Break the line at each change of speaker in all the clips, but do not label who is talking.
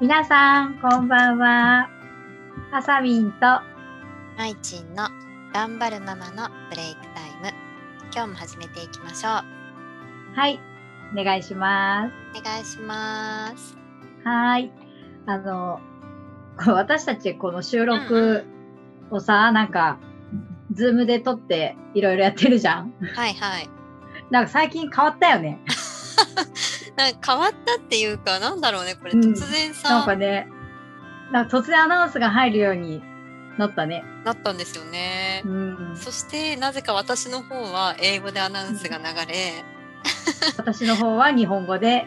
皆さん、こんばんは。あさみんと、
まいちんの頑張るママのブレイクタイム今日も始めていきましょ
はい、お願いします。
うお願いします
はーい。あの、こう私たちこの収録をさ、なんか、ズームで撮っていろいろやってるじゃん。
はいはい
なんか最近変わったよね。
なんか変わったっていうかなんだろうねこれ
うん
突然
なん
さ、
かね、なんか突然アナウンスが入るようになったね。
なったんですよね
う、ん。
そしてなぜか私の方は英語でアナウンスが流れ、
私の方は日本語で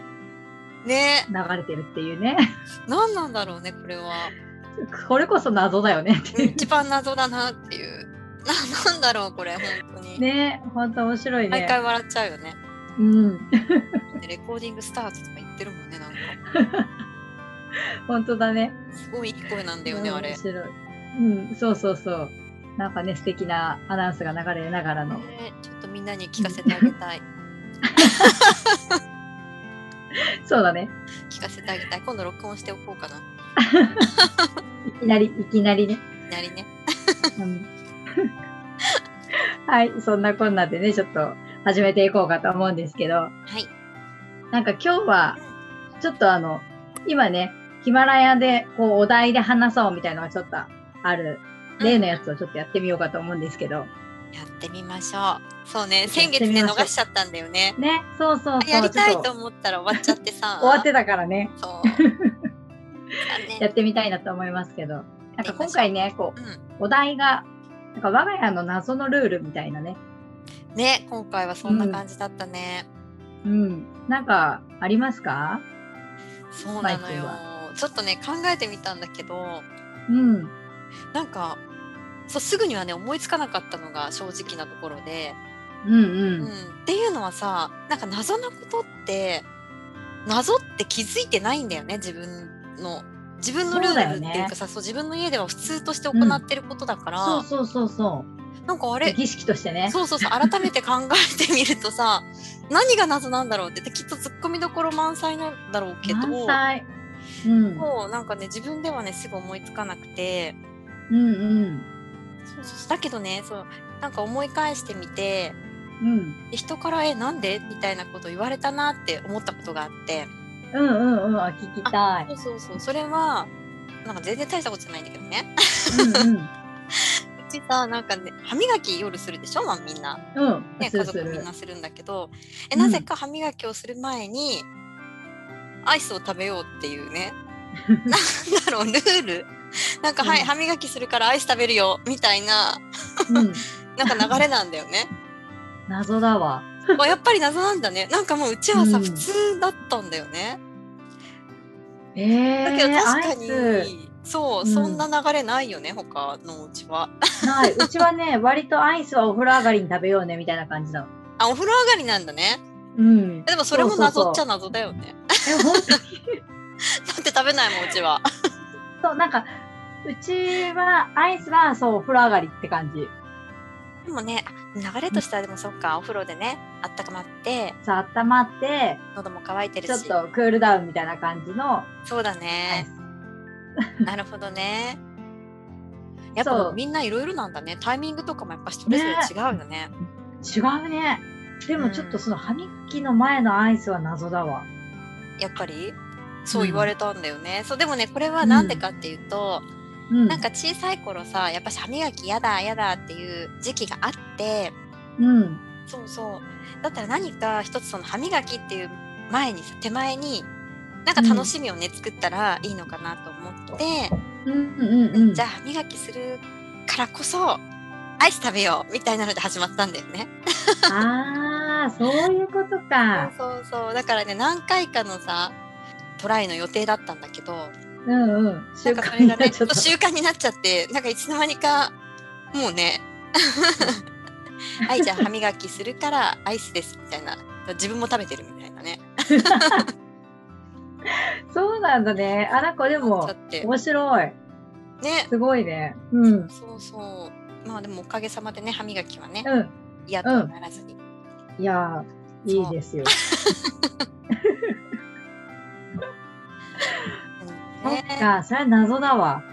ね
流れてるっていうね。
何なんだろうねこれは
これこそ謎だよねっていう。
一番謎だなっていう ななんだろうこれ本当に、
ね、ほんと面白い
毎
ね。
回笑っちゃうよね
うん。
レコーディングスタートとか言ってるもんねなんか
本当だね。
すごいいい声なんだよね、
うん
あれ
面白い。うん、そうそうそう。なんかね、素敵なアナウンスが流れながらの。
ねちょっとみんなに聞かせてあげたい。
そうだね。
聞かせてあげたい。今度録音しておこうかな。
いきなり、いきなりね。
いきなりね。
うん はい、そんなこんなでね、ちょっと始めていこうかと思うんですけど、
はい。
なんか今日は、ちょっとあの、今ね、ヒマラヤでこうお題で話そうみたいなのがちょっとある例のやつをちょっとやってみようかと思うんですけど、
やってみましょう。そうね、先
や
月
ってみ
ね、
ま
逃
しょう
しちゃったんだよね。
ね、そうそうそう、
やりたい
ち
と
ょっ
思ったら終わっちゃってさ。
終わってたからね。
そう。残
や
念。
ってみたいなと思いますけど、なんか今回ね、こ
う
う、お題が、なんか我が家の謎のルールみたいなね、
ん、ね、今回はそんな感じだったね。
うん、なんかありますか
そうな
マ
の
イキー
よ。ちょっとね、考えてみたんだけど、
うん、
なんか、そうすぐにはね、思いつかなかったのが正直なところで、
うん
う、
うんん。
っていうのはさなんか謎なことって謎って気づいてないんだよね自分の自分のル
そうだ
ー
よ
ル
ね
っていうかさそう、自分の家では普通として行ってることだから、
そうそうそうそ
なんかあ
う。
れ
儀式としてね。
そうそうそう改めて考えてみるとさ 何が謎なんだろうってできっとツッコミどころ満載なんだろうけど
満載。うん、
そうなんかね自分ではねすぐ思いつかなくて
うんうん
そうそうだけどねそうなんか思い返してみて
うん
で人から「えなんで?」みたいなこと言われたなって思ったことがあって。
うんうんうんあ聞きたい
そうそうそうそれはなんか全然大したことじゃないんだけどね
うん
うちさなんかね歯磨き夜するでしょ、まあ、みんな、
うんうん
ね、
する
家
す
族み
る
んなするんだけどえ
うん
なぜか歯磨きをする前に、アイスを食べようっていう ねなんだろうルールなんか、はい
うん
歯磨きするからアイス食べるよみたいな
うん
なんか流れなんだよ ね
謎だわ
まあやっぱり謎なんだねなんかもううちはさ、
うん
普通だったんだよね
えー、
だけど確かに、
アイ
そう、
うん
そんな流れないよね他のうちは
スないうちはね割とアイスはお風呂上がりに食べようねみたいな感じなの
あ、お風呂上がりなんだね。
うん
えでもそれも
そうそうそう
謎っちゃ謎だよね。
え本当
だって食べないもん、うちは。
そう、なんか、うちは、アイスは、そう、お風呂上がりって感じ。
でもね、あ流れとしてはでもそっか、お風呂でね、あったかまって、
さあ、温まって、
喉も乾いてる
ちょっ
し。
とクールダウンみたいな感じの
そうだ
アイ
ね
ス。。
なるほどね。やっぱ
そう
もうみんないろいろなんだね。タイミングとかもやっぱそれぞれ違うよね。
違うね。で
う
も
ん
ちょっとその歯磨きの前のアイスは謎だわ。
やっぱり。そう言われたんだよね。そうでもねこれはなんでかっていうと、
うん。
なんか小さい頃さやっぱ歯磨きやだやだっていう時期があって、
うん。
そうそう。だったら何か一つその歯磨きっていう前にさ手前になんか楽しみをね、作ったらいいのかなと思って、
うんうんうん。
じゃあ歯磨きするからこそアイス食べようみたいなので始まったんだよね。
ああ、そういうことか。
そうそうだからね何回かのさトライの予定だったんだけど
うんうん。習
なんかそ
慣
れ
にな
が
っ
ね
ちょっ と。
習慣になっちゃってなんかいつの間にかも うねはいじゃあ歯磨きするからアイスですみたいな自分も食べてるみたいなね。
そうなんだね。あらこで
なっ
も
ちゃ、って
面白い。
ね
すごいね。うん。
そうそう。まあでもおかげさまでね歯磨きはね
うん。
嫌とはならずに、
いやー、いいですよ。
うんね
か、それは謎だわ。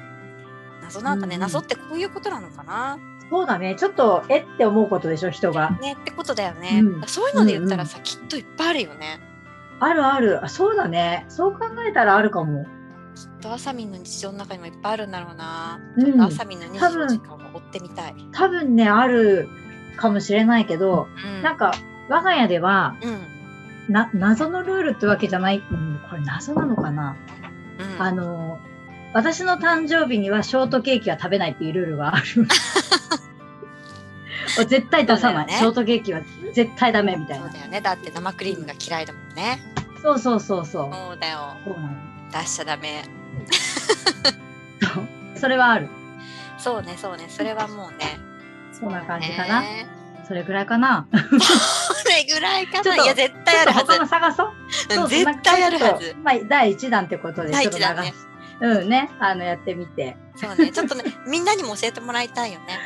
謎なんだね、
うん
謎ってこういうことなのかな。
そうだね。ちょっと、えって思うことでしょ、人が。
ねってことだよね、
うん
そういうので言ったらさ、きっといっぱいあるよね。
あるある。あそうだね。そう考えたらあるかも。
きっとあさみんの日常の中にもいっぱいあるんだろうな。
う
ちょっとあ
ん。
さみんの24時間を追ってみたい。
多分ね、あるかもしれないけど、
うん
なんか、我が家では、
うん、
な、謎のルールってわけじゃない。うん、これ謎なのかな
うん、
あの、私の誕生日にはショートケーキは食べないっていうルール がある。絶対出さない、
そうだよね
ショートケーキは絶対ダメみたい
そう
な。
だよね。だって生クリームが嫌いだもんね。
そうそうそうそう。
そうだよ。
そうなの
出しちゃダメ。
そうそれはある。
そうね、そうね。それはもうね。
そんな感じかな。
ね
それぐらいかな。
これぐらいか
ちょっ
な。
と
いや、絶対ある
ち
は
ょっと他の
ず。
探そう。
う
そ
ん
う
絶対あるは。
ちょっ
ず
と。まあ、第1弾ってことで、
第
ちょ
一
っと流
弾ね
し。うんね、あの、やってみて。
そうね。ちょっ とね、みんなにも教えてもらいたいよね。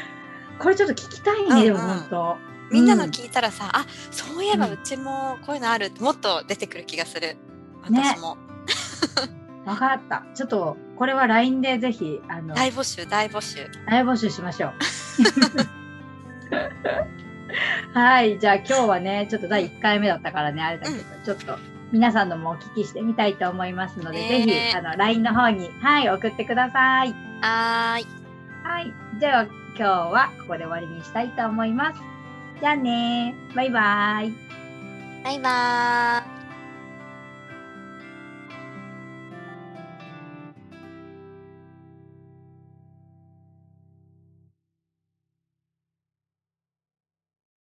これちょっと聞きたい
うんうん
ね、でも本当。
みんなの
うん
聞いたらさ、あ、そういえば
うん
うちもこういうのあるってもっと出てくる気がする。
ね
私も。
わかった。ちょっと、これは LINE でぜひ、あの、
大募集、大募集。
大募集しましょう。はい、じゃあ今日はね、ちょっと第1回目だったからね、あれだけど、
うん
ちょっと皆さんのもお聞きしてみたいと思いますので、
ね
ぜ
え
ひあの LINE の方に、はい、送ってください。
はーい。
はい、じゃあ今日はここで終わりにしたいと思います。じゃあねバイバイ。
バイバーイ。